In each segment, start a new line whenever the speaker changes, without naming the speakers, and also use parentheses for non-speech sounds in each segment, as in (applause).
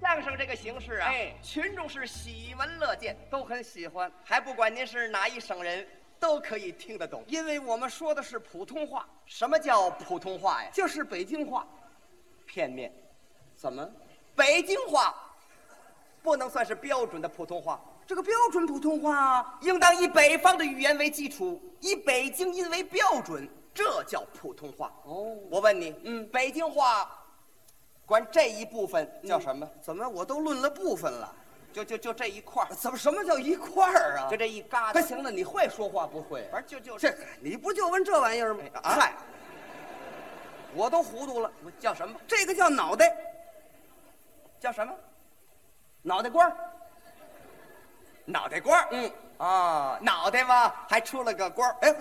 相声这个形式啊，
哎
群众是喜闻乐见，
都很喜欢，
还不管您是哪一省人，都可以听得懂。
因为我们说的是普通话，
什么叫普通话呀？
就是北京话。
片面，
怎么？
北京话不能算是标准的普通话，
这个标准普通话
应当以北方的语言为基础，以北京音为标准，这叫普通话。
哦
我问你，
嗯
北京话管这一部分叫什么？
怎嗯么我都论了部分了？
就就就这一块儿，
怎么什么叫一块儿啊？
就这一疙
快
瘩，
行了，你会说话不会啊？
反正就就
这你不就问这玩意儿吗？
啊
嗨，我都糊涂了。
我叫什么？
这个叫脑袋，
叫什么？
脑袋瓜儿。
脑袋瓜儿。
嗯，
啊，脑袋吧还出了个官儿。
哎，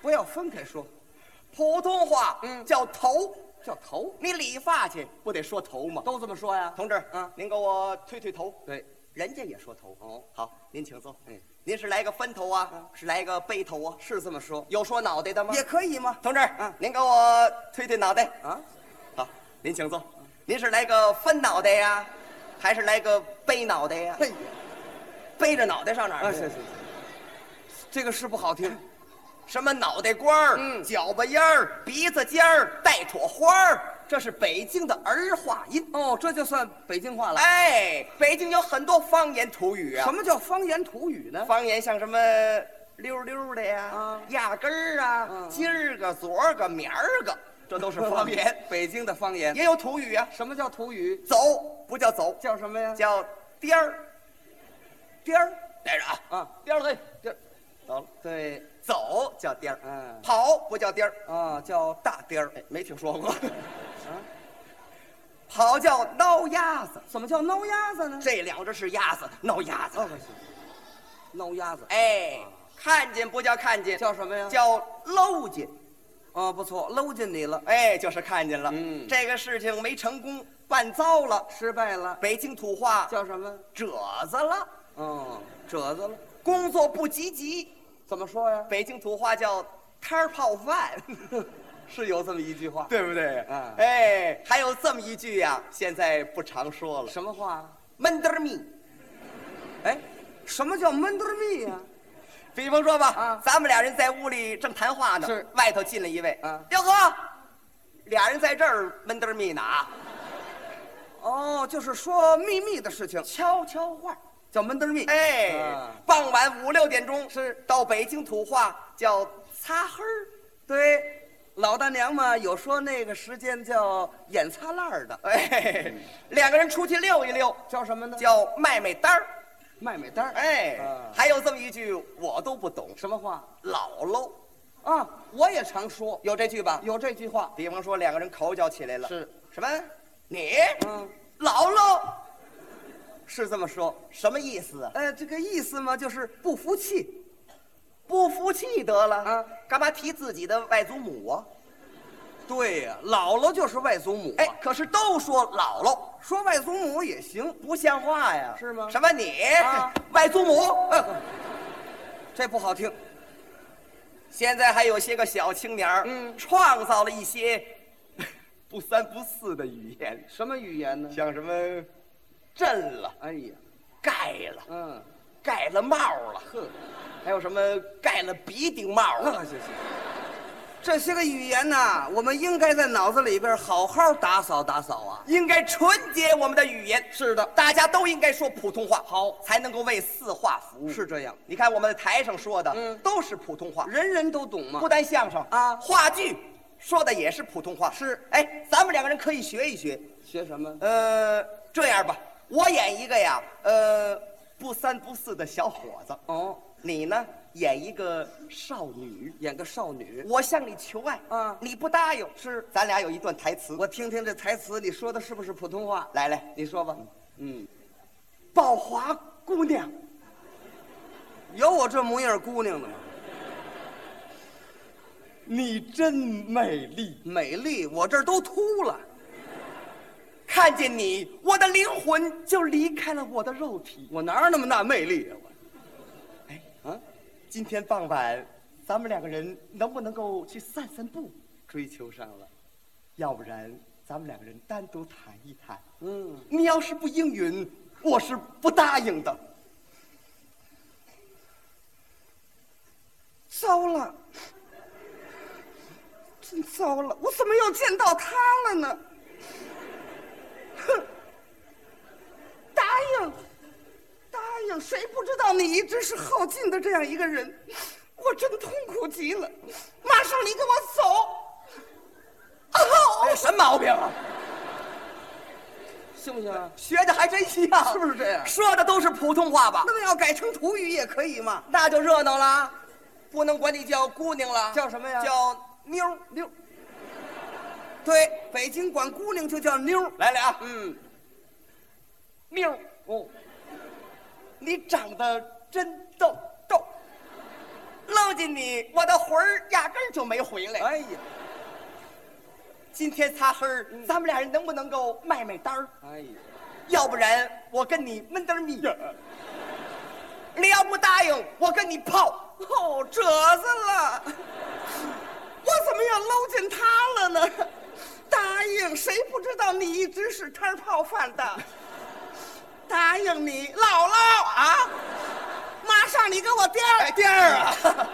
不要分开说，
普通话
嗯
叫头，
叫头，
你理发去不得说头吗？
都这么说呀。
同志，
嗯
您给我推推头。
对，
人家也说头。
哦，
好，您请坐。
嗯，
您是来个分头啊
嗯，
是来个背头啊？
是这么说，
有说脑袋的吗？
也可以吗？
同志，
嗯
您给我推推脑袋。
啊，
好，您请坐。
嗯
您是来个分脑袋呀、还是来个背脑袋呀、
嘿，
背着脑袋上哪
啊
儿
哎是
去？
是是，这个是不好听。
什么脑袋瓜儿、
嗯
脚巴烟儿、鼻子尖儿、带戳花儿，这是北京的儿化音。
哦，这就算北京话了。
哎，北京有很多方言土语啊。
什么叫方言土语呢？
方言像什么溜溜的呀，
啊
压根儿啊，
嗯
今儿个、昨儿个、明儿个，这都是方言。，
(laughs) 北京的方言。
也有土语啊，
什么叫土语？
走不叫走，
叫什么呀？
叫颠儿，
颠儿
带着啊，
啊，
颠儿嘿，
颠儿。
走了，
对，
走叫颠儿，
嗯
跑不叫颠儿，
啊，叫大颠儿。
哎，没听说过， (laughs)
啊，
跑叫挠鸭子，
怎么叫孬鸭子呢？
这两只是鸭子，挠鸭子，
哦，不行，孬鸭子。
哎，看见不叫看见，
叫什么呀？
叫搂见。
啊，不错，搂进你了，
哎，就是看见了，
嗯
这个事情没成功，办糟了。
失败了，
北京土话
叫什么？
褶子了，
嗯，褶子了，
工作不积极。
怎么说呀？ (laughs)
北京土话叫摊儿泡饭， (laughs)
是有这么一句话，
对不对？
嗯
哎，还有这么一句呀、现在不常说了，
什么话？啊
闷得儿密。
哎，什么叫闷墩蜜呀？
比方说吧，
啊
咱们俩人在屋里正谈话呢，
是
外头进了一位，
啊
彪哥，俩人在这儿闷得儿密呢啊，
哦，就是说秘密的事情，
悄悄话。
叫闷墩蜜。
哎，
啊
傍晚五六点钟
是
到北京土话叫擦黑儿。
对，老大娘嘛有说那个时间叫眼擦烂儿的，
哎，两个人出去溜一溜，
叫什么呢？
叫卖卖单儿。
卖美单儿。
哎，
啊
还有这么一句我都不懂，
什么话？
姥姥
啊，我也常说，
有这句吧？
有这句话。
比方说两个人口角起来了，
是
什么？你
嗯，
姥姥
是这么说。
什么意思啊？
呃，这个意思嘛，就是不服气。
不服气得了
啊？
干嘛提自己的外祖母啊？
对呀、姥姥就是外祖母、啊
哎，，可是都说姥姥，
说外祖母也行。
不像话呀，
是吗
什么你
啊
(laughs) 外祖母？
呃，这不好听。
现在还有些个小青年儿，
嗯
创造了一些 (laughs) 不三不四的语言。
什么语言呢？
像什么震了、
哎呀，
盖了、
嗯，
盖了帽了，
呵，
还有什么盖了鼻顶帽
那
了。
啊行行。这些个语言呐、我们应该在脑子里边好好打扫打扫啊。
应该纯洁我们的语言，
是的
大家都应该说普通话，好，才能够为四化服务。
是这样，
你看我们台上说的，
嗯
都是普通话，
人人都懂嘛
不。单相声
啊
话剧说的也是普通话。
是
哎，咱们两个人可以学一学。
学什么？
呃，这样吧，我演一个呀，呃，不三不四的小伙子，
哦，
你呢演一个少女。
演个少女。
我向你求爱，
啊
你不答应，是，咱俩有一段台词，
我听听这台词，你说的是不是普通话？
来来，
你说吧。嗯，
宝华姑娘，
有我这模样姑娘的吗？
你真美丽，
美丽，我这儿都秃了。
看见你，我的灵魂就离开了我的肉体。
我哪有那么大魅力啊？
哎，
我啊，
今天傍晚，咱们两个人能不能够去散散步？
追求上了，
要不然咱们两个人单独谈一谈。
嗯，
你要是不应允，我是不答应的。
糟了，真糟了，我怎么又见到他了呢？哼，答应，答应，谁不知道你一直是好劲的这样一个人？我真痛苦极了，马上你跟我走。哦，
哎， (laughs) 什么毛病啊？
行不行啊？
学的还真像，
是不是这样
说的都是普通话吧？
那么要改成土语也可以嘛？
那就热闹啦，不能管你叫姑娘了，
叫什么呀
叫妞儿
妞，对，北京管姑娘就叫妞儿。
来来啊，
嗯，
妞儿，
哦，
你长得真逗逗，搂进你，我的魂儿压根儿就没回来。
哎呀，
今天擦黑儿，咱们俩人能不能够卖卖单儿？
哎呀，
要不然我跟你闷点儿米。你要不答应，我跟你泡。
哦，褶子了，我怎么又搂进他了呢？答应，谁不知道你一直是摊儿泡饭的？答应你，姥姥啊，马上你给我颠儿
哎，第二啊，